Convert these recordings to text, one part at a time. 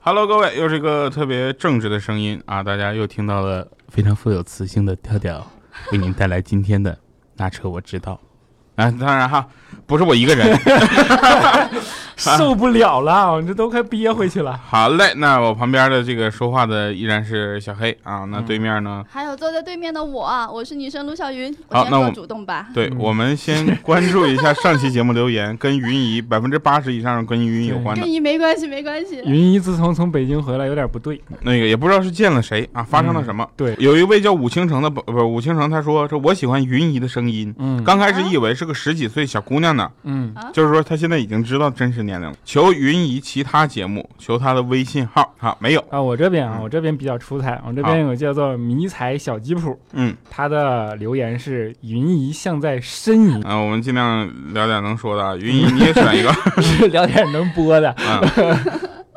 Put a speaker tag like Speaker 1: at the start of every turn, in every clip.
Speaker 1: Hello，各位，又是一个特别正直的声音啊！大家又听到了非常富有磁性的调 调，为您带来今天的那车我知道。啊，当然哈，不是我一个 人。
Speaker 2: 受不了了，我这都快憋回去了。
Speaker 1: 好嘞，那我旁边的这个说话的依然是小黑啊，
Speaker 2: 嗯
Speaker 1: 那对面呢？
Speaker 3: 还有坐在对面的我，我是女生卢小云。
Speaker 1: 好
Speaker 3: 我先
Speaker 1: 那我
Speaker 3: 做
Speaker 1: 们
Speaker 3: 主动吧。
Speaker 2: 嗯
Speaker 1: 对，我们先关注一下上期节目留 言，跟云姨百分之八十以上是跟云姨有关的
Speaker 3: 跟。你没关系，没关系。
Speaker 1: 嗯
Speaker 2: 云一自从从北京回来有点不对，
Speaker 1: 那个也不知道是见了谁啊，发生了什么？
Speaker 2: 嗯对
Speaker 1: 有一位叫武倾城的不不武倾城，他说说我喜欢云姨的声音。
Speaker 2: 嗯
Speaker 1: 刚开始以为是个十几岁小姑娘呢，
Speaker 2: 嗯
Speaker 1: 就是说她现在已经知道真实年龄了。求云姨其他节目，求她的微信号啊，没有，
Speaker 2: 啊，我这边啊，
Speaker 1: 嗯
Speaker 2: 我这边比较出彩，我这边有叫做迷彩小吉普，
Speaker 1: 嗯，
Speaker 2: 他的留言是云姨像在呻吟，
Speaker 1: 啊，我们尽量聊点能说的啊。云姨你也选 一个，
Speaker 2: 是聊点能播的，
Speaker 1: 啊，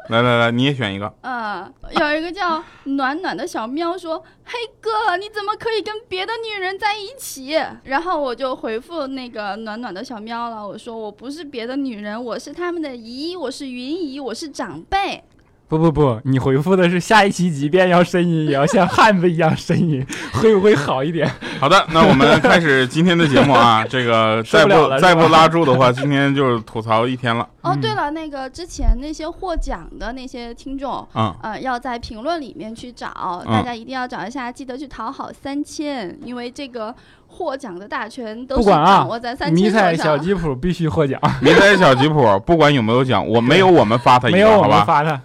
Speaker 1: 来来来，你也选一个，
Speaker 3: 嗯，有一个叫暖暖的小喵说：“黑哥，你怎么可以跟别的女人在一起？”然后我就回复那个暖暖的小喵了，我说：“我不是别的女人，我是他们的姨，我是云姨，我是长辈。
Speaker 2: 不不不，你回复的是下一期即便要呻吟，也要像汉子一样呻吟， 会不会好一点？
Speaker 1: 好的，那我们开始今天的节目 啊。这个
Speaker 2: 受
Speaker 1: 再
Speaker 2: 不了
Speaker 1: 不
Speaker 2: 了
Speaker 1: 再
Speaker 2: 是吧
Speaker 1: 不拉住的话，今天就是吐槽一天了
Speaker 3: 哦，
Speaker 2: 嗯
Speaker 3: 对了，那个之前那些获奖的那些听众。
Speaker 1: 啊。
Speaker 3: 呃，要在评论里面去
Speaker 2: 啊
Speaker 3: 找，
Speaker 1: 嗯
Speaker 3: 大家一定要找一下，记得去讨好三千，因为这个获奖的大权都
Speaker 2: 不
Speaker 3: 是
Speaker 2: 管啊
Speaker 3: 掌握在三
Speaker 2: 迷
Speaker 3: 千
Speaker 2: 彩
Speaker 3: 手
Speaker 2: 小
Speaker 3: 上。
Speaker 2: 吉普必须获奖，
Speaker 1: 迷彩小吉普，不管有没有奖，我没有我们发他一
Speaker 2: 没有
Speaker 1: 个，好
Speaker 2: 我们
Speaker 1: 吧？
Speaker 2: 发的，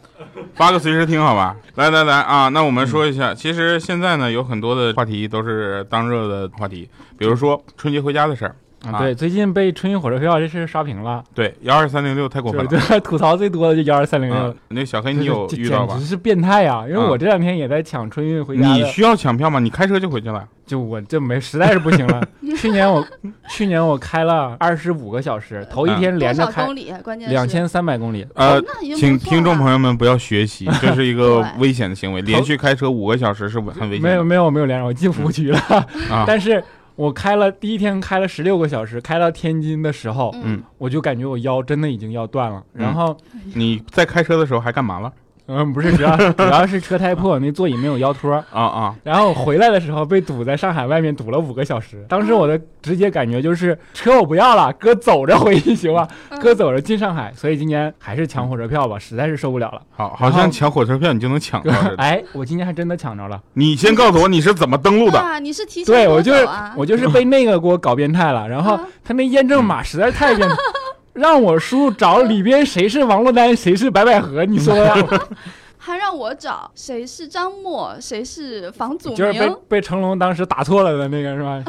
Speaker 1: 发个随时听，好吧？来来来啊，那我们说一下，其实现在呢有很多的话题都是当热的话题，比如说春节回家的事儿。啊
Speaker 2: 啊对，最近被春运火车票这事刷屏了，
Speaker 1: 对，幺二三零六太过分
Speaker 2: 对
Speaker 1: 了。
Speaker 2: 对，吐槽最多的就 幺二三零六
Speaker 1: 嗯，，那小黑
Speaker 2: 这
Speaker 1: 你有
Speaker 2: 这
Speaker 1: 遇到吧
Speaker 2: 简直？是变态啊！因为
Speaker 1: 嗯
Speaker 2: 我这两天也在抢春运回家
Speaker 1: 你
Speaker 2: 的，
Speaker 1: 需要抢票吗？你开车就回去了。
Speaker 2: 就我这没实在是不行 了。去年我去年我开了二十五个小时，头一
Speaker 1: 嗯
Speaker 2: 天
Speaker 3: 多
Speaker 2: 连着
Speaker 3: 少
Speaker 2: 开
Speaker 3: 公里？啊关键是
Speaker 2: 两千三百公里，
Speaker 1: 呃
Speaker 3: 哦，那已经
Speaker 1: 请
Speaker 3: 不错
Speaker 1: 听众
Speaker 3: 了
Speaker 1: 朋友们不要学习，这是一个
Speaker 3: 对
Speaker 1: 危险的行为。连续开车五个小时是很危险的。
Speaker 2: 没有没有没有连着，我进服务区了。
Speaker 1: 嗯啊，
Speaker 2: 但是我开了第一天开了十六个小时，开到天津的时候，
Speaker 3: 嗯
Speaker 2: 我就感觉我腰真的已经要断了。
Speaker 1: 嗯
Speaker 2: 然后，
Speaker 1: 你在开车的时候还干嘛了？
Speaker 2: 嗯，不是主要主要是车胎破，那座椅没有腰托。
Speaker 1: 啊啊，
Speaker 2: 然后回来的时候被堵在上海外面堵了五个小时，当时我的直接感觉就是 车我不要了，哥走着回去行吗？
Speaker 3: 嗯
Speaker 2: 哥走着进上海，所以今年还是抢火车票吧，实在是受不了了。
Speaker 1: 好，好
Speaker 2: 然后
Speaker 1: 像抢火车票你就能抢 到似的。
Speaker 2: 哎，我今年还真的抢着了，
Speaker 1: 你先告诉我你是怎么登录的？
Speaker 3: 啊，你是提前
Speaker 2: 对我
Speaker 3: 多
Speaker 2: 就是
Speaker 3: 久啊
Speaker 2: 我就是被那个给我搞变态了，然后
Speaker 3: 啊
Speaker 2: 他那验证码实在太变态。 让我输入找里边谁是王珞丹，谁是白百合，你说呀？
Speaker 3: 还让我找谁是张默，谁是房祖
Speaker 2: 就是被
Speaker 3: 名。
Speaker 2: 被成龙当时打错了的那个是吧？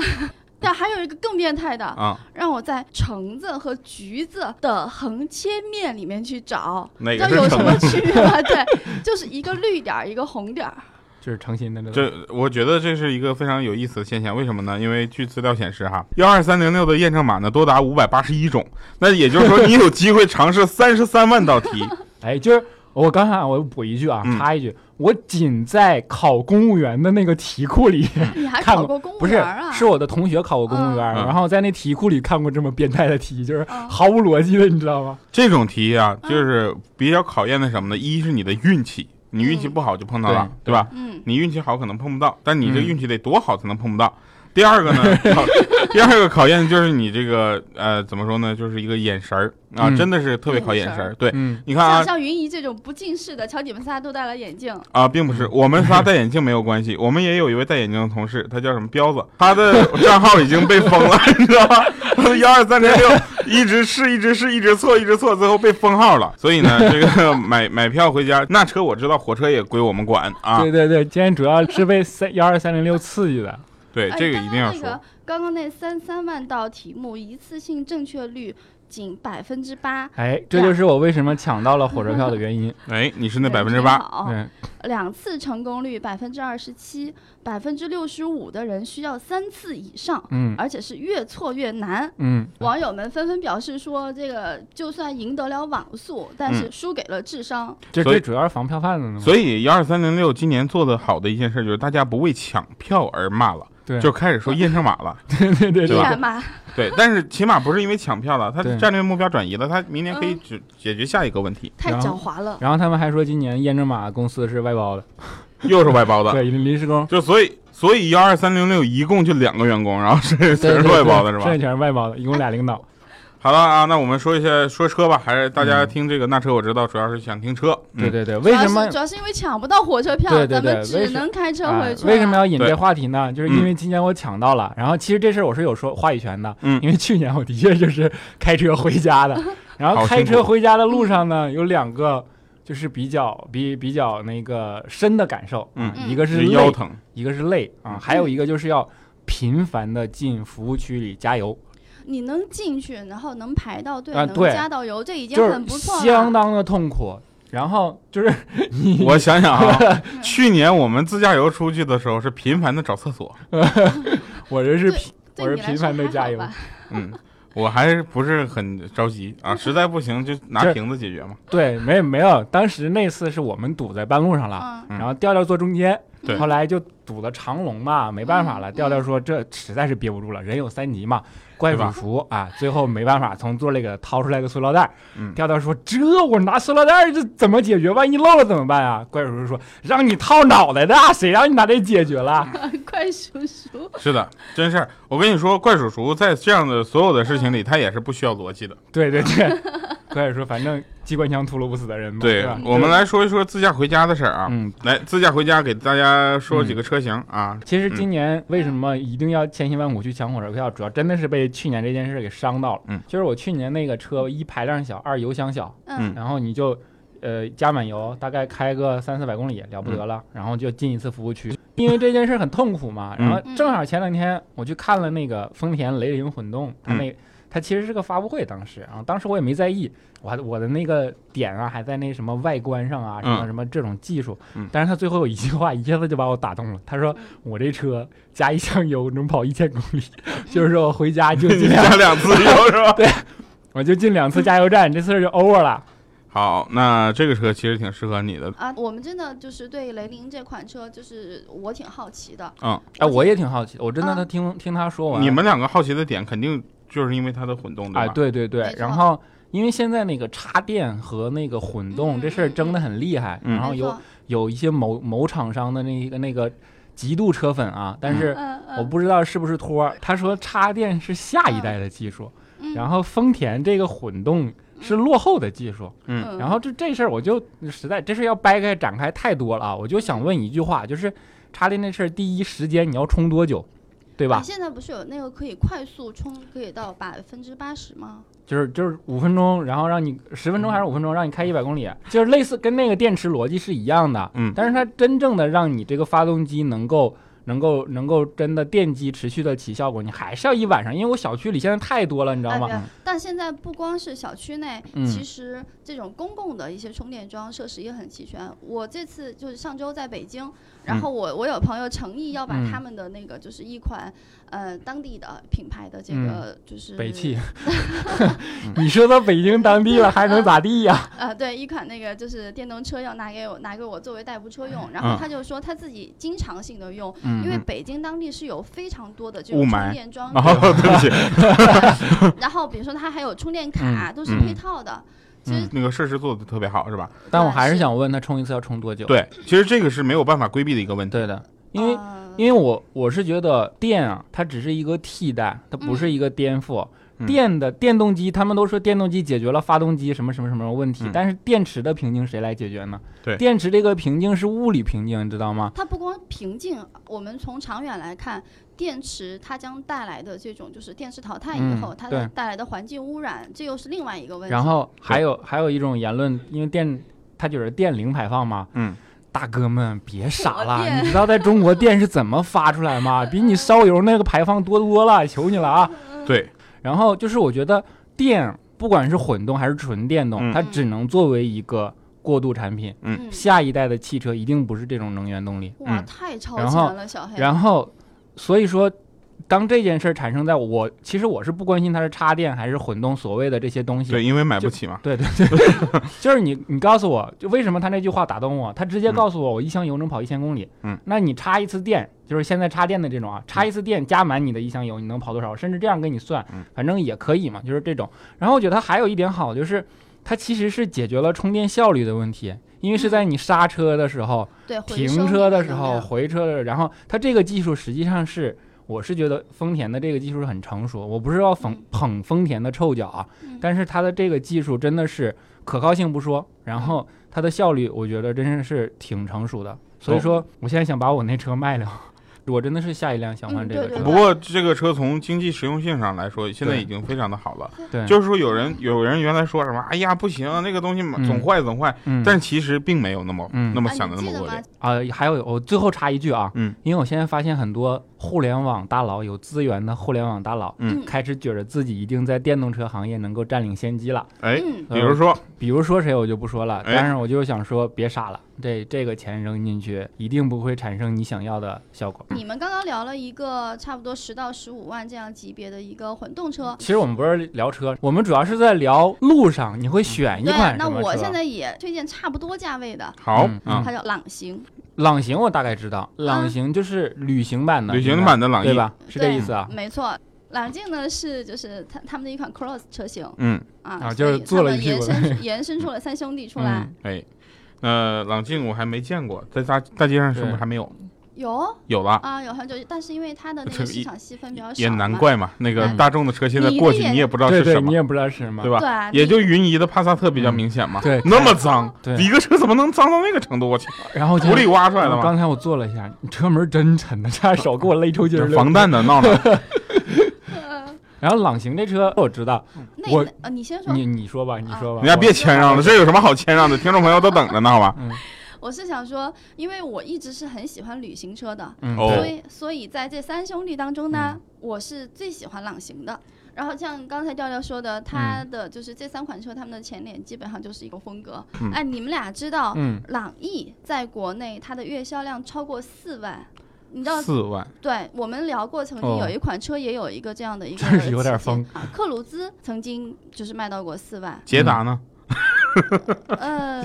Speaker 3: 但还有一个更变态的，
Speaker 1: 啊，
Speaker 3: 让我在橙子和橘子的横切面里面去找，
Speaker 1: 哪
Speaker 3: 这
Speaker 1: 个
Speaker 3: 有
Speaker 1: 是
Speaker 3: 什
Speaker 1: 成
Speaker 3: 么
Speaker 1: 的？
Speaker 3: 区别 吗？对，就是一个绿点儿，一个红点儿。
Speaker 2: 就是诚心的那种。
Speaker 1: 这我觉得这是一个非常有意思的现象，为什么呢？因为据资料显示哈，幺二三零六的验证码呢多达五百八十一种，那也就是说你有机会尝试三十三万道题。
Speaker 2: 哎，就是我刚才啊我补一句啊
Speaker 1: 嗯，
Speaker 2: 插一句，我仅在考公务员的那个题库里
Speaker 3: 你还
Speaker 2: 看
Speaker 3: 考
Speaker 2: 过
Speaker 3: 过公务
Speaker 2: 不是
Speaker 3: 员，啊？
Speaker 2: 是我的同学考过公务员，
Speaker 1: 嗯
Speaker 2: 然后在那题库里看过这么变态的题，就是
Speaker 3: 嗯
Speaker 2: 毫无逻辑的，你知道吗？
Speaker 1: 这种题啊，就是比较考验的什么呢？一是你的运气，你运气不好就碰到了
Speaker 2: 嗯，
Speaker 1: 对吧？
Speaker 3: 嗯，
Speaker 1: 你运气好可能碰不到，但你这个
Speaker 2: 嗯
Speaker 1: 运气得多好才能碰不到。第二个呢，考第二个考验就是你这个呃怎么说呢，就是一个眼神儿啊，
Speaker 2: 嗯
Speaker 1: 真的是特别考眼
Speaker 3: 眼
Speaker 1: 神
Speaker 3: 神
Speaker 1: 儿。
Speaker 3: 儿
Speaker 1: 对，
Speaker 2: 嗯，
Speaker 1: 你看啊
Speaker 3: 像，像云姨这种不近视的，瞧你们仨都戴了眼镜，
Speaker 1: 啊，并不是，
Speaker 2: 嗯
Speaker 1: 我们仨戴眼镜没有关系。我们也有一位戴眼镜的同事，他叫什么彪子，他的 账号已经被封了，你知道吗？幺二三零六一直试，一直试，一直错，一直错，最后被封号了。所以呢，这 个买买票回家，那车我知道，火车也归我们管啊。
Speaker 2: 对对对，今天主要是被三幺二三零六刺激的，
Speaker 1: 对，
Speaker 3: 哎
Speaker 1: 这个
Speaker 3: 刚
Speaker 1: 一
Speaker 3: 刚
Speaker 1: 定要
Speaker 3: 那个
Speaker 1: 说。
Speaker 3: 刚刚那三三万道题目，一次性正确率仅百分之八，
Speaker 2: 哎，这就是我为什么抢到了火车票的原 因。
Speaker 1: 哎，你是那百
Speaker 3: 人
Speaker 1: 分之
Speaker 3: 真
Speaker 1: 八，
Speaker 3: 好
Speaker 2: 嗯，
Speaker 3: 两次成功率百分之二十七，百分之六十五的人需要三次以上，
Speaker 2: 嗯
Speaker 3: 而且是越错越难。
Speaker 2: 嗯，
Speaker 3: 网友们纷纷表示说，这个就算赢得了网速，但
Speaker 2: 嗯
Speaker 3: 是输给了智商。
Speaker 2: 这
Speaker 1: 所以
Speaker 2: 这主要是防票贩子呢嘛。
Speaker 1: 所以幺二三零六今年做的好的一件事就是大家不为抢票而骂了，
Speaker 2: 对
Speaker 1: 就开始说验证码了。
Speaker 2: 对对对
Speaker 1: 对
Speaker 3: 依
Speaker 1: 吧
Speaker 2: 对，
Speaker 3: 然嘛，
Speaker 1: 对，但是起码不是因为抢票了，他
Speaker 2: 对
Speaker 1: 战略目标转移了，他明年可以
Speaker 3: 嗯
Speaker 1: 解解决下一个问题，
Speaker 3: 太
Speaker 2: 然后
Speaker 3: 狡猾了。
Speaker 2: 然后他们还说今年验证码公司是外包的，
Speaker 1: 又是外包的。
Speaker 2: 对，临临时工，
Speaker 1: 就所以所以幺二三零六一共就两个员工，然后是
Speaker 2: 对
Speaker 1: 全是外包的是
Speaker 2: 剩下
Speaker 1: 吧？
Speaker 2: 全是外包的，一共俩领导。
Speaker 1: 好了啊，那我们说一下说车吧，还是大家听这个那车我知道，主要是想听车。嗯
Speaker 2: 嗯对，对对，
Speaker 3: 主
Speaker 2: 为
Speaker 3: 要
Speaker 2: 什
Speaker 3: 是
Speaker 2: 么
Speaker 3: 主要是因为抢不到火车票，
Speaker 2: 对对对
Speaker 3: 咱们
Speaker 2: 为
Speaker 3: 只
Speaker 2: 什
Speaker 3: 能开车
Speaker 2: 哎
Speaker 3: 回去、
Speaker 2: 为什么？要引
Speaker 1: 对嗯
Speaker 2: 这话题呢？就是因为今年我抢到了，然后其实这事儿我是有说话语权的，
Speaker 1: 嗯
Speaker 2: 因为去年我的确就是开车回家 的，然
Speaker 1: 好
Speaker 2: 后开
Speaker 1: 辛苦
Speaker 2: 车回家的路上呢，有两个就是比较比比较那个深的感受，
Speaker 1: 嗯
Speaker 2: 啊一个是
Speaker 1: 是腰
Speaker 2: 累，
Speaker 1: 疼，
Speaker 2: 一个是累啊
Speaker 1: 嗯，
Speaker 2: 还有一个就是要频繁的进服务区里加油，
Speaker 3: 你能进去，然后能排到队，
Speaker 2: 啊
Speaker 3: 能
Speaker 2: 对
Speaker 3: 加到油，这已经
Speaker 2: 就是
Speaker 3: 很不错了。啊
Speaker 2: 相当的痛苦。然后就是你
Speaker 1: 我想想 啊，去年我们自驾游出去的时候是频繁的找厕所，
Speaker 2: 我这是频
Speaker 3: 对
Speaker 2: 我是
Speaker 3: 你来
Speaker 2: 频
Speaker 3: 说
Speaker 2: 繁地
Speaker 3: 还好
Speaker 2: 加油
Speaker 3: 吧
Speaker 1: 嗯，我还是不是很着急啊，实在不行就拿
Speaker 2: 这
Speaker 1: 瓶子解决嘛。
Speaker 2: 对没没有，当时那次是我们堵在半路上了。
Speaker 1: 嗯
Speaker 3: 嗯，
Speaker 2: 然后调调坐中间，
Speaker 1: 对
Speaker 2: 后来就堵了长龙嘛，没办法了。
Speaker 3: 嗯
Speaker 2: 调调说这实在是憋不住了，人有三急嘛，怪
Speaker 1: 对吧
Speaker 2: 叔叔啊，最后没办法从座里给他掏出来个塑料袋儿。
Speaker 1: 嗯
Speaker 2: 调调说这我拿塑料袋儿这怎么解决？万一漏了怎么办啊？怪叔叔说让你掏脑袋的，谁让你拿这解决了？
Speaker 3: 怪叔叔，
Speaker 1: 是的，真事儿。我跟你说，怪叔叔在这样的所有的事情里，他也是不需要逻辑的。
Speaker 2: 对 对对，怪叔叔反正机关枪突了不死的人嘛。
Speaker 1: 对
Speaker 2: 是吧，
Speaker 1: 我们，来说一说自驾回家的事儿啊。
Speaker 2: 嗯。
Speaker 1: 来，自驾回家给大家说几个车型啊。
Speaker 2: 其实今年为什么一定要千辛万苦去抢火车票，主要真的是被去年这件事给伤到了。
Speaker 1: 嗯，
Speaker 2: 就是我去年那个车，一排量小，二油箱小，
Speaker 1: 嗯
Speaker 2: 然后你就呃加满油，大概开个三四百公里了不得
Speaker 1: 嗯
Speaker 2: 了，然后就进一次服务区。因为这件事很痛苦嘛，
Speaker 1: 嗯
Speaker 2: 然后正好前两天我去看了那个丰田雷凌混动，
Speaker 1: 嗯
Speaker 2: 它那它其实是个发布会，当时啊，当时我也没在意，我还我的那个点啊还在那什么外观上啊，什
Speaker 1: 嗯
Speaker 2: 么什么这种技术
Speaker 1: 嗯，
Speaker 2: 但是他最后有一句话一下子就把我打动了，他说
Speaker 3: 嗯
Speaker 2: 我这车加一箱油能跑一千公里， 就是说我回家 就
Speaker 1: 你
Speaker 2: 尽量
Speaker 1: 加两次油是 吧？
Speaker 2: 我就进两次加油站，这次就 over 了。
Speaker 1: 好，那这个车其实挺适合你的。
Speaker 3: 啊，我们真的就是对雷凌这款车，就是我挺好奇的。
Speaker 1: 嗯，
Speaker 2: 哎，我也挺好奇，我真的
Speaker 3: 啊
Speaker 2: 他听、听他说完，
Speaker 1: 你们两个好奇的点肯定就是因为它的混动对
Speaker 2: 哎，
Speaker 1: 吧？
Speaker 2: 对对
Speaker 3: 没
Speaker 2: 对，
Speaker 3: 错
Speaker 2: 然后因为现在那个插电和那个混动
Speaker 3: 嗯
Speaker 2: 这事儿争得很厉害，
Speaker 1: 嗯
Speaker 2: 然后
Speaker 3: 没
Speaker 2: 有
Speaker 3: 错
Speaker 2: 有一些某某厂商的那个那个极度车粉啊，但是
Speaker 3: 嗯嗯，
Speaker 2: 我不知道是不是托儿，他说插电是下一代的技术，
Speaker 3: 嗯，
Speaker 2: 然后丰田这个混动是落后的技术，
Speaker 3: 嗯，
Speaker 2: 然后这这事儿我就实在这事儿要掰开展开太多了啊，我就想问一句话，就是插电这事儿第一时间你要充多久，对吧
Speaker 3: 你？哎现在不是有那个可以快速充，可以到百分之八十吗？
Speaker 2: 就是就是五分钟，然后让你十分钟还是五分钟，让你开一百公里，就是类似跟那个电池逻辑是一样的。
Speaker 1: 嗯
Speaker 2: 但是它真正的让你这个发动机能够能够能够真的电机持续的起效果，你还是要一晚上，因为我小区里现在太多了，你知道
Speaker 3: 哎
Speaker 2: 吗？
Speaker 3: 对啊但现在不光是小区内，
Speaker 2: 嗯
Speaker 3: 其实这种公共的一些充电桩设施也很齐全。我这次就是上周在北京，然后我我有朋友诚意要把
Speaker 2: 嗯
Speaker 3: 他们的那个就是一款呃当地的品牌的这个就是
Speaker 2: 嗯北汽， 你说到北京当地了，还能咋地呀？
Speaker 3: 呃，对，一款那个就是电动车要拿给我拿给我作为代步车用，然
Speaker 1: 嗯
Speaker 3: 后他就说他自己经常性的用，因为
Speaker 1: 嗯
Speaker 3: 北京当地是有非常多的这
Speaker 1: 雾
Speaker 3: 种
Speaker 1: 霾
Speaker 3: 充电桩，
Speaker 1: 哦，对不起，
Speaker 3: 然后比如说它还有充电卡，都是
Speaker 2: 嗯
Speaker 3: 配套的。其实
Speaker 1: 那个设施做的特别好，是吧？
Speaker 2: 但我还是想问他充一次要充多久？
Speaker 1: 对，其实这个是没有办法规避的一个问题。
Speaker 2: 对的，因为
Speaker 3: 呃
Speaker 2: 因为我我是觉得电啊，它只是一个替代，它不是一个颠覆。
Speaker 1: 嗯
Speaker 2: 电的电动机，他们都说电动机解决了发动机什么什么什么问题，
Speaker 1: 嗯
Speaker 2: 但是电池的瓶颈谁来解决呢？
Speaker 1: 对
Speaker 2: 电池这个瓶颈是物理瓶颈，你知道吗？
Speaker 3: 它不光瓶颈，我们从长远来看，电池它将带来的这种就是电池淘汰以
Speaker 2: 嗯
Speaker 3: 后，它的
Speaker 2: 对
Speaker 3: 带来的环境污染，这又是另外一个问题。
Speaker 2: 然后还有还有一种言论，因为电它就是电零排放嘛，
Speaker 1: 嗯，
Speaker 2: 大哥们别傻了
Speaker 3: 我，电
Speaker 2: 你知道在中国电是怎么发出来 吗？比你烧油那个排放多多了，求你了啊！
Speaker 3: 嗯
Speaker 1: 对，
Speaker 2: 然后就是我觉得电，不管是混动还是纯电动，
Speaker 1: 嗯
Speaker 2: 它只能作为一个过渡产品。
Speaker 3: 嗯，
Speaker 2: 下一代的汽车一定不是这种能源动力。
Speaker 3: 哇，
Speaker 1: 嗯
Speaker 3: 太超
Speaker 2: 然后
Speaker 3: 前了，小黑。
Speaker 2: 然后，所以说当这件事儿产生在我，其实我是不关心它是插电还是混动，所谓的这些东西。
Speaker 1: 对，因为买不起嘛。
Speaker 2: 对对对，就是你，你告诉我，就为什么他那句话打动我？他直接告诉我，我一箱油能跑一千公里。
Speaker 1: 嗯，
Speaker 2: 那你插一次电，就是现在插电的这种啊，插一次电加满你的一箱油，你能跑多少？甚至这样给你算
Speaker 1: 嗯，
Speaker 2: 反正也可以嘛，就是这种。然后我觉得它还有一点好，就是它其实是解决了充电效率的问题，因为是在你刹车的时候、
Speaker 3: 对，嗯回收
Speaker 2: 停车的时
Speaker 3: 能
Speaker 2: 候、
Speaker 3: 量
Speaker 2: 回车的时候，然后它这个技术实际上是。我是觉得丰田的这个技术是很成熟，我不是要捧
Speaker 3: 嗯
Speaker 2: 捧丰田的臭脚啊，
Speaker 3: 嗯
Speaker 2: 但是它的这个技术真的是可靠性不说，然后它的效率，我觉得真是挺成熟的。所
Speaker 1: 哦
Speaker 2: 以说，我现在想把我那车卖了， 我真的是下一辆想换这个
Speaker 3: 嗯对
Speaker 2: 车。
Speaker 1: 不过这个车从经济实用性上来说，现在
Speaker 2: 对
Speaker 1: 已经非常的好了。
Speaker 2: 对，
Speaker 1: 就是说，有人有人原来说什么，哎呀，不行，那个东西嘛
Speaker 2: 嗯
Speaker 1: 总坏总坏，
Speaker 2: 嗯，
Speaker 1: 但其实并没有那么
Speaker 2: 嗯
Speaker 1: 那么
Speaker 3: 啊
Speaker 1: 想的
Speaker 3: 你
Speaker 1: 那么
Speaker 3: 记得
Speaker 1: 恶
Speaker 3: 吗
Speaker 1: 劣。
Speaker 2: 啊、还有我最后插一句啊，
Speaker 1: 嗯，
Speaker 2: 因为我现在发现很多互联网大佬有资源的互联网大佬，
Speaker 1: 嗯
Speaker 2: 开始觉得自己一定在电动车行业能够占领先机了。呃
Speaker 1: 哎，
Speaker 3: 嗯，
Speaker 1: 比如说，
Speaker 2: 比如说谁我就不说了，
Speaker 1: 哎
Speaker 2: 但是我就想说，别傻了，这这个钱扔进去一定不会产生你想要的效果。
Speaker 3: 你们刚刚聊了一个差不多十到十五万这样级别的一个混动车，
Speaker 2: 其实我们不是聊车，我们主要是在聊路上你会选一
Speaker 3: 对
Speaker 2: 款，
Speaker 3: 那
Speaker 2: 什么
Speaker 3: 我
Speaker 2: 车
Speaker 3: 现在也推荐差不多价位的，
Speaker 1: 好
Speaker 2: 嗯
Speaker 1: 啊，
Speaker 3: 它叫朗行，
Speaker 2: 朗行我大概知
Speaker 3: 啊
Speaker 2: 道，朗行就是旅行版的，
Speaker 1: 旅行版的朗
Speaker 2: 对
Speaker 1: 逸，
Speaker 2: 吧？是这意思啊？
Speaker 3: 没错。朗境呢是就是他他们的一款 Cross 车型
Speaker 1: 嗯，
Speaker 3: 啊，
Speaker 2: 啊
Speaker 3: 所
Speaker 2: 就是
Speaker 3: 以
Speaker 2: 坐
Speaker 3: 他
Speaker 2: 了
Speaker 3: 们
Speaker 2: 一屁
Speaker 3: 延
Speaker 2: 股
Speaker 3: 伸延伸出了三兄弟出来，
Speaker 1: 哎，呃，朗境我还没见过，在大大街上是不是
Speaker 2: 对
Speaker 1: 还没有？
Speaker 3: 有
Speaker 1: 有了，
Speaker 3: 啊有很久，但是因为它的那
Speaker 1: 这
Speaker 3: 个
Speaker 1: 个
Speaker 3: 市
Speaker 1: 也
Speaker 3: 场细分比较少，
Speaker 1: 也难，怪嘛，那个
Speaker 2: 嗯
Speaker 1: 大众的车现在
Speaker 3: 你
Speaker 1: 过
Speaker 3: 一
Speaker 1: 去
Speaker 3: 眼
Speaker 1: 你也不知道
Speaker 2: 对
Speaker 1: 是
Speaker 2: 对，
Speaker 1: 什
Speaker 2: 你
Speaker 1: 么，
Speaker 2: 也不知道是什么
Speaker 1: 对，吧？
Speaker 3: 对啊，
Speaker 1: 也
Speaker 3: 你
Speaker 1: 就云姨的帕萨特比较明显嘛，
Speaker 2: 对
Speaker 1: 那么脏，
Speaker 2: 对
Speaker 1: 一个车怎么能脏到那个程度？ 我去，
Speaker 2: 然后就
Speaker 1: 土里挖出来的
Speaker 2: 我
Speaker 1: 吗？
Speaker 2: 刚才我坐了一下，你车门真沉的，差点手给我勒出去
Speaker 1: 这
Speaker 2: 了。
Speaker 1: 是防弹的 闹闹，
Speaker 3: 呃
Speaker 2: 然后朗行这车我知道，
Speaker 3: 那
Speaker 2: 我
Speaker 3: 那呃你先说，
Speaker 2: 你你说吧，你说吧。
Speaker 1: 人家别谦让了，这有什么好谦让的？听众朋友都等着呢，好吧？
Speaker 3: 我是想说，因为我一直是很喜欢旅行车的，
Speaker 2: 嗯，
Speaker 1: 哦嗯
Speaker 3: 所以所以在这三兄弟当中呢，我是最喜欢朗行的。然后像刚才调调说
Speaker 1: 嗯
Speaker 3: 的，它的就是这三款车，它们的前脸基本上就是一个风格。
Speaker 1: 嗯
Speaker 3: 哎，你们俩知道，
Speaker 2: 嗯，
Speaker 3: 朗逸在国内它的月销量超过四万，你知道？
Speaker 1: 四万，，
Speaker 3: 对我们聊过，曾经
Speaker 2: 哦
Speaker 3: 有一款车也有一个这样的一个，
Speaker 2: 真是有点疯。
Speaker 3: 啊，克鲁兹曾经就是卖到过四 万
Speaker 1: 捷达呢？
Speaker 3: 嗯呃，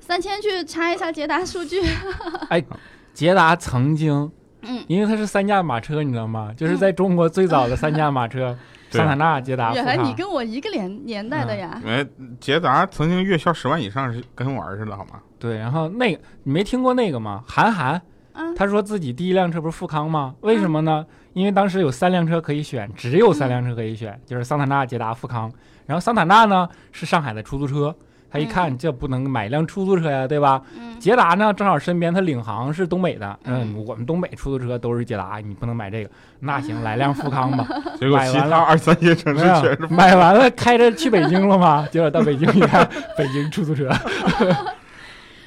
Speaker 3: 三千去查一下捷达数据，
Speaker 2: 捷达曾经，
Speaker 3: 嗯，
Speaker 2: 因为它是三驾马车，你知道吗？就是
Speaker 3: 嗯
Speaker 2: 在中国最早的三驾马车，
Speaker 1: 对啊
Speaker 2: 桑塔纳、捷达、
Speaker 3: 原
Speaker 2: 富
Speaker 3: 来你
Speaker 2: 康。
Speaker 3: 跟我一个年年代
Speaker 2: 嗯
Speaker 3: 的呀。
Speaker 1: 哎，捷达曾经月销十万以上是跟玩儿似的，好 吗？
Speaker 2: 对，然后那个你没听过那个吗？韩寒，
Speaker 3: 嗯，
Speaker 2: 他说自己第一辆车不是富康吗？为什么呢？因为当时有三辆车可以选，只有
Speaker 3: 嗯
Speaker 2: 三辆车可以选，就是桑塔纳、捷达、富康。然后桑塔纳呢是上海的出租车，他一看这不能买一辆出租车呀，对吧？
Speaker 3: 嗯
Speaker 2: 捷达呢正好身边他领航是东北的，
Speaker 3: 嗯
Speaker 2: 嗯，我们东北出租车都是捷达，你不能买这个。那行，来辆富康 吧。
Speaker 1: 结果
Speaker 2: 买
Speaker 1: 其
Speaker 2: 完
Speaker 1: 他
Speaker 2: 了
Speaker 1: 二三线城
Speaker 2: 没
Speaker 1: 市
Speaker 2: 有
Speaker 1: 全是
Speaker 2: 买完了开着去北京了吗？结果到北京一看， 北京出租车。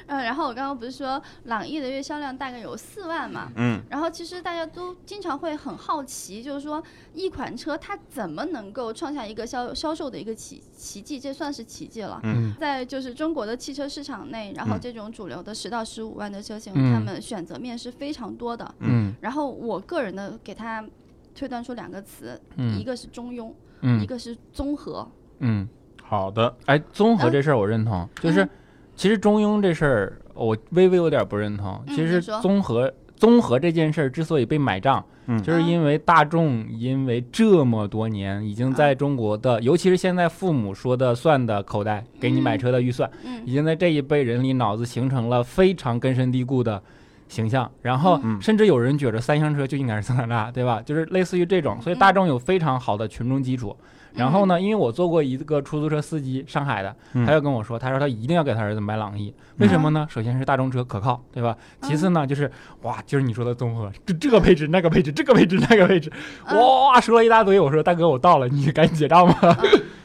Speaker 3: 呃，然后我刚刚不是说朗逸的月销量大概有四万嘛？
Speaker 1: 嗯，
Speaker 3: 然后其实大家都经常会很好奇，就是说一款车它怎么能够创下一个销销售的一个奇奇迹？这算是奇迹了。
Speaker 2: 嗯
Speaker 3: 在就是中国的汽车市场内，然后
Speaker 1: 嗯
Speaker 3: 这种主流的十到十五万的车型，
Speaker 2: 嗯
Speaker 3: 他们选择面是非常多的。
Speaker 2: 嗯
Speaker 3: 然后我个人呢，给它推断出两个词，
Speaker 2: 嗯
Speaker 3: 一个是中庸，一
Speaker 2: 嗯
Speaker 3: 个是综合。
Speaker 2: 嗯。
Speaker 1: 好的，
Speaker 2: 哎，综合这事儿我认同，
Speaker 3: 嗯
Speaker 2: 就是其实中庸这事儿我微微有点不认同。
Speaker 3: 嗯
Speaker 2: 其实
Speaker 3: 你说
Speaker 2: 综合综合这件事儿之所以被买账，
Speaker 1: 嗯
Speaker 2: 就是因为大众因为这么多年已经
Speaker 3: 嗯
Speaker 2: 在中国的，尤其是现在父母说的算的口袋给你买车的预算，
Speaker 3: 嗯
Speaker 2: 已经在这一辈人里脑子形成了非常根深蒂固的形象，然后
Speaker 1: 嗯
Speaker 2: 甚至有人觉着三厢车就应该是桑塔纳，对吧？就是类似于这种，所以大众有非常好的群众基础。然后呢，因为我做过一个出租车司机，上海的，
Speaker 1: 嗯
Speaker 2: 他就跟我说，他说他一定要给他儿子买朗逸，为什么呢？首先是大众车可靠，对吧？其次呢，就是哇，就是你说的综合，这这个配置那个配置，这个配置那个配置，
Speaker 3: 嗯
Speaker 2: 哇，说了一大堆。我说大哥，我到了，你赶紧结账吧。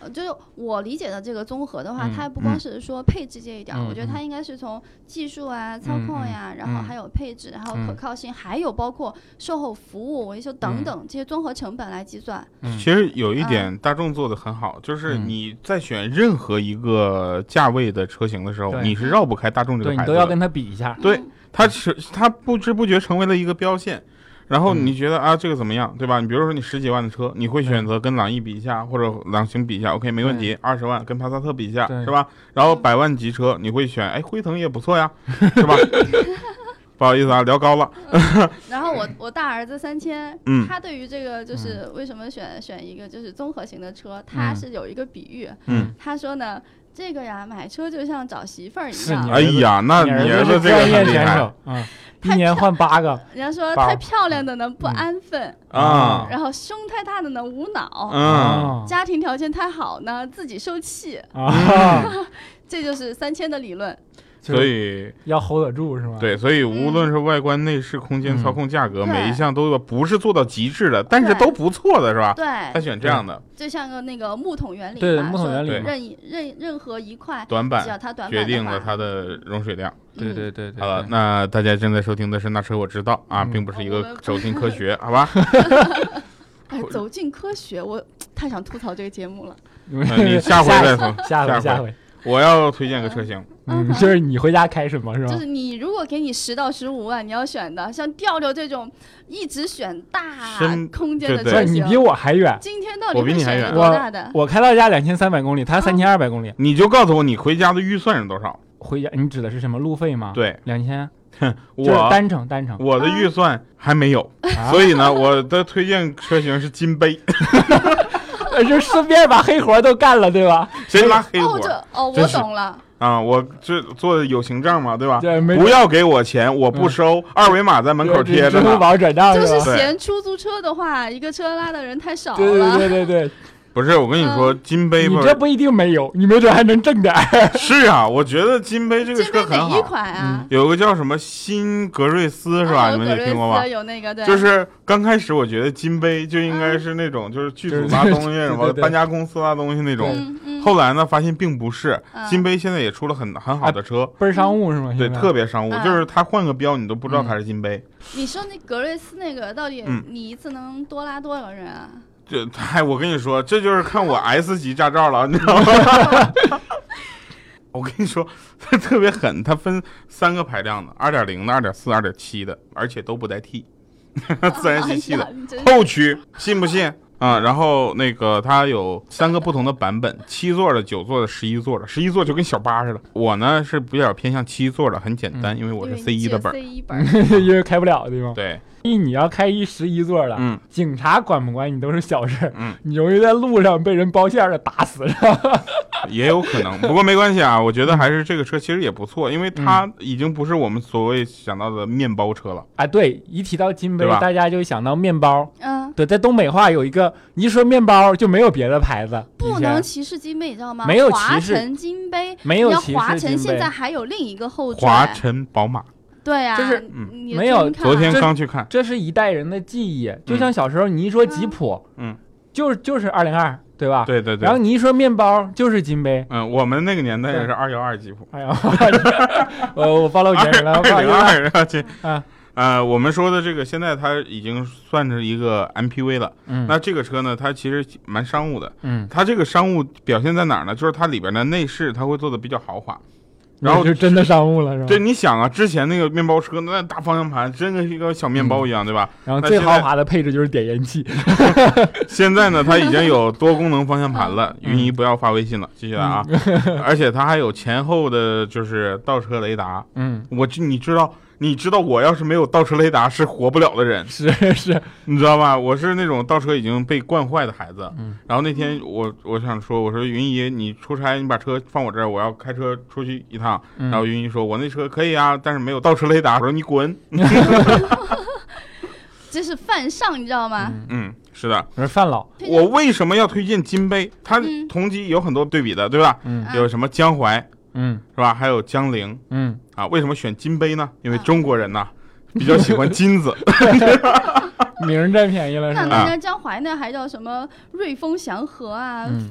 Speaker 3: 呃就是我理解的这个综合的话，
Speaker 2: 嗯
Speaker 3: 它不光是说配置这一点儿，
Speaker 2: 嗯
Speaker 3: 我觉得它应该是从技术啊、操控呀、然后还有配置，然后
Speaker 2: 嗯
Speaker 3: 可靠性，还有包括售后服务、维修等等、这些综合成本来计算。
Speaker 2: 嗯
Speaker 1: 其实有一点大众做的很好，就是
Speaker 2: 嗯
Speaker 1: 你在选任何一个价位的车型的时候，
Speaker 2: 对
Speaker 1: 你是绕不开大众这
Speaker 2: 对
Speaker 1: 个
Speaker 2: 你
Speaker 1: 牌子
Speaker 2: 都要
Speaker 1: 的，
Speaker 2: 跟他比一下。
Speaker 1: 对
Speaker 3: 嗯，
Speaker 1: 它是它不知不觉成为了一个标线。然
Speaker 2: 嗯
Speaker 1: 后你觉得啊，这个怎么样，对吧？你比如说你十几万的车，你会选择跟朗逸比一下，或者朗行比一下，OK，没问题。二十万跟帕萨特比一下，
Speaker 2: 对
Speaker 1: 是吧？然后百万级车，你会选，哎，辉腾也不错呀，是 吧？不好意思啊，聊高了，
Speaker 3: 然后我我大儿子三千，
Speaker 1: 嗯
Speaker 3: 他对于这个就是为什么选选一个就是综合型的车，
Speaker 2: 嗯
Speaker 3: 他是有一个比喻，
Speaker 1: 嗯，
Speaker 3: 他说呢，这个呀买车就像找媳妇儿一
Speaker 2: 是
Speaker 3: 样
Speaker 2: 你，
Speaker 1: 哎呀，那
Speaker 2: 你
Speaker 1: 你儿
Speaker 2: 子
Speaker 1: 子
Speaker 2: 是
Speaker 1: 这个
Speaker 2: 专业
Speaker 1: 很厉
Speaker 2: 选
Speaker 1: 害
Speaker 2: 手，嗯，一年换八个
Speaker 3: 人家说
Speaker 2: 宝儿嗯
Speaker 3: 太漂亮的呢不安分，
Speaker 1: 啊，
Speaker 3: 然后胸太大的呢无
Speaker 2: 哦
Speaker 3: 脑。
Speaker 1: 嗯，
Speaker 3: 家庭条件太好呢，自己受气，
Speaker 2: 啊，
Speaker 3: 这就是三千的理论。
Speaker 1: 所以
Speaker 2: 要 hold 得住是吗？，
Speaker 1: 对，所以无论是外观、内饰、空间、
Speaker 2: 啊嗯
Speaker 1: 操控、价格，
Speaker 3: 嗯对
Speaker 1: 每一项都有不是做到极致的，但是
Speaker 3: 对
Speaker 1: 都不错的是吧？啊他
Speaker 3: 对，
Speaker 1: 选这样的
Speaker 3: 就像个那个木桶原理
Speaker 2: 对
Speaker 3: 嘛
Speaker 2: 木桶
Speaker 3: 说
Speaker 2: 原理
Speaker 1: 对
Speaker 2: 嘛
Speaker 3: 任意任任何一块，
Speaker 1: 短
Speaker 3: 只
Speaker 1: 板，
Speaker 3: 要它短板
Speaker 1: 决
Speaker 3: 的
Speaker 1: 定了
Speaker 3: 话嗯
Speaker 1: 它的容水量。
Speaker 2: 对对对对。
Speaker 1: 好了，那大家正在收听的是《那车我知道》啊，
Speaker 2: 嗯。
Speaker 1: 并不是一
Speaker 3: 我
Speaker 1: 个
Speaker 3: 们
Speaker 1: 走进科 学，好吧？
Speaker 3: 哎，走进科学，我太想吐槽这个节目了。
Speaker 1: 那你下回再说
Speaker 2: 嗯 下回
Speaker 1: 下
Speaker 2: 下
Speaker 1: 回
Speaker 2: 回，
Speaker 1: 我要推荐个车型，
Speaker 2: 嗯，就是你回家开什么是
Speaker 3: 就
Speaker 2: 吧
Speaker 3: 是？你如果给你十到十五万，你要选的像调调这种一直选大
Speaker 1: 深
Speaker 3: 空间的
Speaker 1: 对
Speaker 2: 不
Speaker 3: 车
Speaker 2: 是哎你比
Speaker 3: 型，
Speaker 2: 我还远，
Speaker 3: 今天到
Speaker 1: 我
Speaker 3: 底
Speaker 1: 比
Speaker 3: 会
Speaker 1: 你还
Speaker 3: 选
Speaker 1: 远
Speaker 3: 一个多大的？
Speaker 2: 我开到家两千三百公里，
Speaker 3: 嗯
Speaker 2: 他三千二百公里，
Speaker 1: 你就告诉我你回家的预算是多少？
Speaker 2: 回家你指的是什么路费吗？，
Speaker 1: 对
Speaker 2: 两千，啊 就是
Speaker 1: 我。
Speaker 2: 单程单
Speaker 3: 哦
Speaker 2: 程，
Speaker 1: 我的预算还没有，
Speaker 2: 啊
Speaker 1: 所以呢，我的推荐车型是金 杯，
Speaker 2: 呃就顺便把黑活都干了，对吧？
Speaker 1: 谁拉黑
Speaker 3: 哦，
Speaker 1: 我
Speaker 3: 这哦，
Speaker 1: 真
Speaker 3: 我
Speaker 1: 是
Speaker 3: 懂了，
Speaker 1: 啊？我这做友情账嘛，对吧？
Speaker 2: 对，没
Speaker 1: 啊
Speaker 2: 嗯
Speaker 1: 不要给我钱，我不收，二维码在门口贴着
Speaker 2: 支付
Speaker 1: 呢。
Speaker 2: 宝转账
Speaker 3: 就是是
Speaker 2: 吧？
Speaker 1: 对
Speaker 3: 嫌出租车的话，一个车拉的人太少
Speaker 2: 对
Speaker 3: 了。
Speaker 2: 对 对对
Speaker 1: 不是，我跟你说，
Speaker 3: 嗯
Speaker 1: 金
Speaker 2: 对，
Speaker 1: 杯
Speaker 2: 你
Speaker 1: 吧
Speaker 2: 这不一定没有，你没准还能挣点儿。
Speaker 1: 是啊，我觉得金杯这个
Speaker 3: 这
Speaker 1: 车
Speaker 3: 边
Speaker 1: 很
Speaker 3: 哪一
Speaker 1: 好，嗯
Speaker 3: 款啊？
Speaker 1: 有个叫什么新格瑞斯是吧？
Speaker 3: 啊
Speaker 1: 你
Speaker 3: 有
Speaker 1: 们
Speaker 3: 格
Speaker 1: 也
Speaker 3: 瑞
Speaker 1: 听过吧
Speaker 3: 斯？有那个对，嗯
Speaker 1: 就是刚开始我觉得金杯就应该是那种就是剧组拉东西什么
Speaker 2: 对对对
Speaker 1: 搬家公司拉东西那种，
Speaker 3: 嗯嗯，
Speaker 1: 后来呢发现并不是，
Speaker 3: 嗯
Speaker 1: 金杯现在也出了很很好的车，
Speaker 2: 倍儿商务是吗？
Speaker 1: 对，
Speaker 2: 现在
Speaker 1: 特别商务，
Speaker 3: 嗯
Speaker 1: 就是它换个标你都不知
Speaker 2: 嗯
Speaker 1: 道它是金杯，
Speaker 3: 你说那格瑞斯那个到底
Speaker 1: 嗯
Speaker 3: 你一次能多拉多少人啊？
Speaker 1: 这嗨，我跟你说，这就是看我 S 级驾照了，你知道吗？ 我跟你说，它特别狠，它分三个排量的，二点零的、二点四、二点七的，而且都不带 T，自然吸气的
Speaker 3: 哎呀，你真是
Speaker 1: 后驱，信不信啊？然后那个它有三个不同的版本，七座的、九座的、十一座的。十一座就跟小巴似的。我呢是比较偏向七座的，很简单，因为我
Speaker 3: 因
Speaker 1: 是
Speaker 3: 为
Speaker 1: C
Speaker 3: 你
Speaker 1: 一
Speaker 3: 只
Speaker 1: 的
Speaker 3: 有
Speaker 1: 本儿。
Speaker 3: C 一 本 儿，
Speaker 2: 因为开不了的地方。
Speaker 1: 对，
Speaker 2: 一 你要开一十一座的，
Speaker 1: 嗯，
Speaker 2: 警察管不管你都是小事儿，
Speaker 1: 嗯，
Speaker 2: 你容易在路上被人包馅儿的打死了。
Speaker 1: 也有可能，不过没关系啊。我觉得还是这个车其实也不错，因为
Speaker 2: 嗯
Speaker 1: 它已经不是我们所谓想到的面包车了。
Speaker 2: 啊，对，一提到金杯
Speaker 1: 对吧，
Speaker 2: 大家就想到面包。
Speaker 3: 嗯，
Speaker 2: 对，在东北话有一个，你一说面包就没有别的牌子，
Speaker 3: 不
Speaker 2: 以前
Speaker 3: 能歧视金杯，你知道吗？
Speaker 2: 没有
Speaker 3: 华
Speaker 2: 歧视
Speaker 3: 晨金杯，
Speaker 2: 没有
Speaker 3: 你
Speaker 2: 歧
Speaker 3: 知道华
Speaker 2: 视
Speaker 3: 晨
Speaker 2: 金
Speaker 3: 现
Speaker 2: 杯
Speaker 3: 在。还有另一个后
Speaker 1: 华
Speaker 3: 缀，
Speaker 1: 晨宝马，
Speaker 3: 对呀、啊，
Speaker 2: 就是
Speaker 1: 嗯
Speaker 3: 你
Speaker 2: 没有
Speaker 3: 听看
Speaker 1: 昨天
Speaker 2: 这
Speaker 1: 刚去看，
Speaker 2: 这是一代人的记忆，就像小时候你一说吉普，
Speaker 1: 嗯，
Speaker 2: 就是就是二零二，对吧？。
Speaker 1: 对对对
Speaker 2: 然后。你一说面包就是金杯，
Speaker 1: 嗯，我们那个年代也是二幺二吉普，
Speaker 2: 哎呀，我我 follow 别人了，
Speaker 1: 二
Speaker 2: 我
Speaker 1: 零
Speaker 2: follow 别人了
Speaker 1: 二，然后这
Speaker 2: 啊，
Speaker 1: 呃，我们说的这个现在它已经算是一个 MPV 了。
Speaker 2: 嗯
Speaker 1: 那这个车呢，它其实蛮商务的。
Speaker 2: 嗯，
Speaker 1: 它这个商务表现在哪儿呢？就是它里边的内饰，它会做的比较豪华。然后
Speaker 2: 就真的商务了是吧？
Speaker 1: 对，你想啊，之前那个面包车那大方向盘，真的是一个小面包
Speaker 2: 嗯
Speaker 1: 一样，对吧？
Speaker 2: 然后
Speaker 1: 那
Speaker 2: 最
Speaker 1: 现在
Speaker 2: 豪华的配置就是点烟器，
Speaker 1: 现在呢，它已经有多功能方向盘了。
Speaker 3: 嗯
Speaker 1: 云姨不要发微信了，谢谢了啊！ 而且它还有前后的，就是倒车雷达。
Speaker 2: 嗯，
Speaker 1: 我知你知道，你知道我要是没有倒车雷达是活不了的人，
Speaker 2: 是是，
Speaker 1: 你知道吧？我是那种倒车已经被惯坏的孩子。
Speaker 2: 嗯
Speaker 1: 然后那天我我想说，我说云姨，你出差你把车放我这儿，我要开车出去一趟。
Speaker 2: 然
Speaker 3: 嗯
Speaker 1: 然后云姨说，我那车可以啊，但是没有倒车雷达。我说你滚。
Speaker 3: 这是犯上，你知道吗？
Speaker 1: 嗯，是的。
Speaker 2: 我是范老，
Speaker 3: 推荐
Speaker 1: 我为什么要推荐金杯？它
Speaker 3: 嗯
Speaker 1: 同级有很多对比的，对吧？
Speaker 2: 嗯
Speaker 3: 啊
Speaker 1: 有什么江淮
Speaker 2: 嗯
Speaker 1: 是吧？还有江铃
Speaker 2: 嗯，
Speaker 1: 啊？为什么选金杯呢？因为
Speaker 3: 啊
Speaker 1: 中国人呐、比较喜欢金子。
Speaker 2: 名儿占便宜了
Speaker 3: 那
Speaker 2: 是
Speaker 3: 人
Speaker 1: 啊
Speaker 2: 吧？
Speaker 3: 家江淮那还叫什么瑞丰祥和啊，
Speaker 2: 嗯，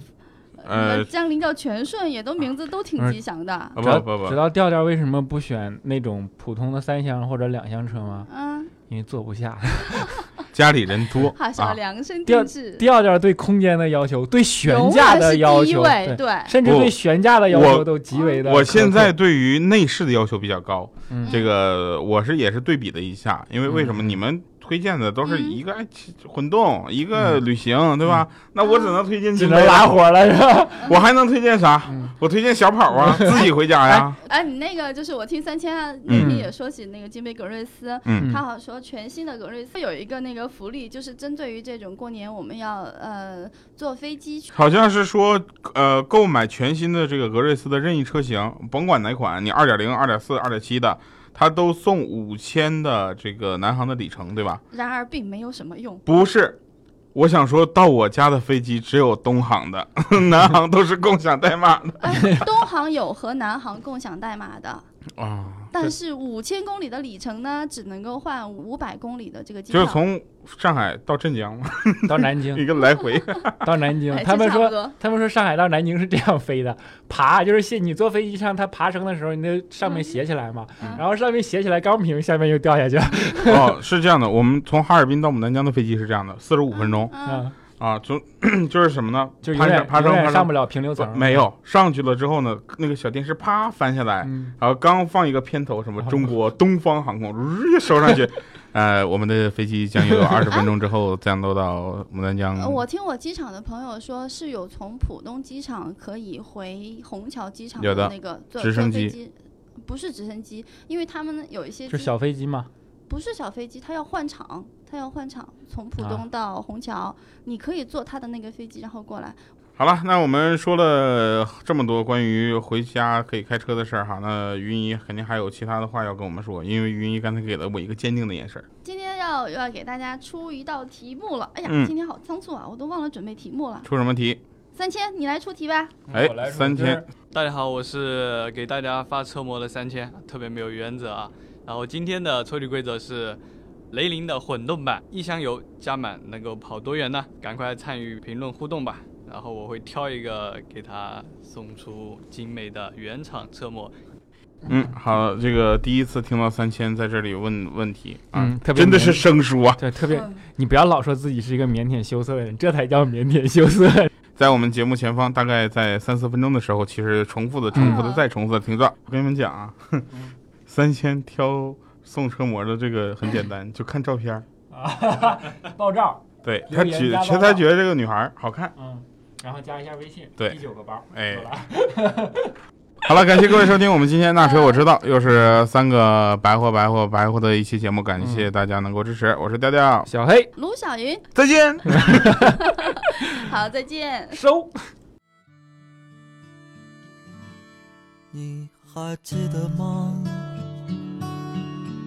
Speaker 3: 呃，
Speaker 1: 呃
Speaker 3: 江陵叫全顺，也都名字都挺
Speaker 2: 嗯
Speaker 3: 吉祥的。
Speaker 1: 啊不
Speaker 2: 知道
Speaker 1: 不不
Speaker 2: 知，道调调为什么不选那种普通的三厢或者两厢车吗？
Speaker 3: 嗯，
Speaker 2: 因为坐不下。
Speaker 1: 家里人多
Speaker 3: 哈小
Speaker 1: 啊。
Speaker 3: 量身
Speaker 2: 啊第二
Speaker 3: 定制，
Speaker 2: 调调对空间的要求，对悬
Speaker 3: 永
Speaker 2: 架
Speaker 3: 远是
Speaker 2: 的
Speaker 3: 第
Speaker 2: 要
Speaker 3: 一
Speaker 2: 求，
Speaker 3: 位，
Speaker 2: 对，
Speaker 3: 对，
Speaker 2: 甚至
Speaker 1: 不
Speaker 2: 对悬架的要
Speaker 1: 我
Speaker 2: 求都极为的苛刻。
Speaker 1: 我现在对于内饰的要求比较高，
Speaker 2: 嗯
Speaker 1: 这个我是也是对比了一下，因为为什么你们推荐的都是
Speaker 3: 嗯
Speaker 1: 一个爱情混动，一个旅行，对吧？那我只能推荐
Speaker 2: 只
Speaker 1: 金
Speaker 2: 能
Speaker 1: 杯了
Speaker 2: 拉活了是 吧？
Speaker 1: 我还能推荐啥？
Speaker 2: 嗯
Speaker 1: 我推荐小跑啊，自己回家呀。
Speaker 3: 哎，你那个就是我听三千啊那天也说起那个金杯格瑞斯，
Speaker 1: 嗯
Speaker 2: 嗯
Speaker 3: 他好像说全新的格瑞斯有一个那个福利，就是针对于这种过年我们要呃坐飞机去，
Speaker 1: 好像是说，呃，购买全新的这个格瑞斯的任意车型，甭管哪款，你二点零、二点四、二点七的，它都送五千的这个南航的里程，对吧？
Speaker 3: 然而并没有什 么用。
Speaker 1: 不是，我想说到我家的飞机只有东航的， 南航都是共享代码的
Speaker 3: 哎，东航有和南航共享代码 的，
Speaker 1: 啊。
Speaker 3: 但是五千公里的里程呢，只能够换五百公里的这个机
Speaker 1: 就
Speaker 3: 票。
Speaker 1: 是从上海到镇江嘛，
Speaker 2: 到南京，
Speaker 1: 一个来回。
Speaker 2: 到南京
Speaker 3: 哎，
Speaker 2: 他
Speaker 3: 这
Speaker 2: 们
Speaker 3: 差不
Speaker 2: 说。
Speaker 3: 多。
Speaker 2: 他们说上海到南京是这样飞的，爬就是先你坐飞机上，它爬升的时候，你那上面斜起来嘛，
Speaker 3: 嗯
Speaker 2: 然后上面斜起来刚平，下面又掉下去了。
Speaker 1: 哦，是这样的，我们从哈尔滨到牡丹江的飞机是这样的，四十五分钟
Speaker 3: 嗯，
Speaker 2: 嗯，
Speaker 1: 啊，从 就是什么呢？
Speaker 2: 就
Speaker 1: 爬
Speaker 2: 永
Speaker 1: 山
Speaker 2: 远
Speaker 1: 爬
Speaker 2: 永
Speaker 1: 升
Speaker 2: 远
Speaker 1: 爬
Speaker 2: 上
Speaker 1: 升
Speaker 2: 不了平流层。
Speaker 1: 没有上去了之后呢，那个小电视啪翻下来，
Speaker 2: 嗯，
Speaker 1: 然后刚放一个片头，什么
Speaker 2: 哦
Speaker 1: 中国东方航空，日收上去，呃，我们的飞机将于二十分钟之后降落到牡丹江。
Speaker 3: 呃我听我机场的朋友说，是有从浦东机场可以回虹桥机场
Speaker 1: 有的
Speaker 3: 那个坐
Speaker 1: 直升
Speaker 3: 坐飞
Speaker 1: 机
Speaker 3: 机，不是直升机，因为他们有一些
Speaker 2: 哎就
Speaker 3: 机
Speaker 2: 小飞机嘛，
Speaker 3: 不是小飞机，它要换场，它要换场，从浦
Speaker 2: 啊
Speaker 3: 东到虹桥，你可以坐它的那个飞机，然后过来。
Speaker 1: 好了，那我们说了这么多关于回家可以开车的事儿哈，那云姨肯定还有其他的话要跟我们说，因为云姨刚才给了我一个坚定的眼神儿。
Speaker 3: 今天要要给大家出一道题目了，哎呀，
Speaker 1: 嗯
Speaker 3: 今天好仓促啊，我都忘了准备题目了。
Speaker 1: 出什么题？
Speaker 3: 三千，你来出题吧。
Speaker 1: 哎三千，
Speaker 4: 大家好，我是给大家发车模的三千，特别没有原则啊。然后今天的抽题规则是雷凌的混动版，一箱油加满能够跑多远呢？赶快参与评论互动吧。然后我会挑一个给他送出精美的原厂车模，
Speaker 1: 嗯，好，这个第一次听到三千在这里问问题啊，
Speaker 2: 嗯特别
Speaker 1: 真的
Speaker 2: 腼
Speaker 1: 是生疏啊。
Speaker 2: 对，特别你不要老说自己是一个腼腆羞涩的人，这才叫腼腆羞涩。
Speaker 1: 在我们节目前方，大概在三四分钟的时候，其实重复的、重复的、
Speaker 3: 嗯
Speaker 1: 再重复的听到。我跟你们讲 啊，三千挑送车模的这个很简单，就看照片儿。
Speaker 2: 爆照，
Speaker 1: 对
Speaker 2: 留
Speaker 1: 他
Speaker 2: 言
Speaker 1: 觉，
Speaker 2: 加
Speaker 1: 其实
Speaker 2: 报
Speaker 1: 他
Speaker 2: 道
Speaker 1: 觉得这个女孩儿好看。
Speaker 2: 嗯，然后加一下微信，
Speaker 1: 对
Speaker 2: 一九个包，
Speaker 1: 哎
Speaker 2: 够了啊
Speaker 1: 好了，感谢各位收听我们今天那车我知道，又是三个白活白活白活的一期节目，感
Speaker 2: 嗯
Speaker 1: 谢大家能够支持，我是调调，
Speaker 2: 小黑
Speaker 3: 卢小云，
Speaker 1: 再见。
Speaker 3: 好，再见。
Speaker 2: 收。
Speaker 5: 你还记得吗？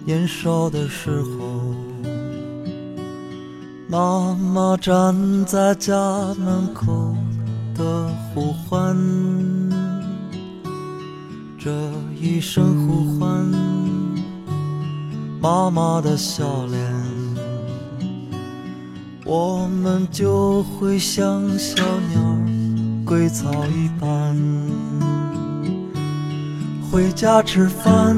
Speaker 5: 年少的时候，妈妈站在家门口的呼唤，这一声呼唤，妈妈的笑脸，我们就会像小鸟儿归巢一般。回家吃饭，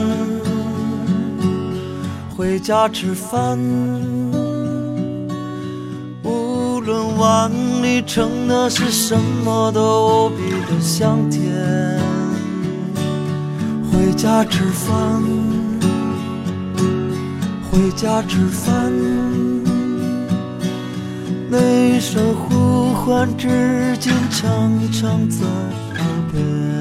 Speaker 5: 家吃饭。无论碗里盛的是什么，都无比的香甜。回家吃饭，回家吃饭。那一声呼唤至今常常在耳边。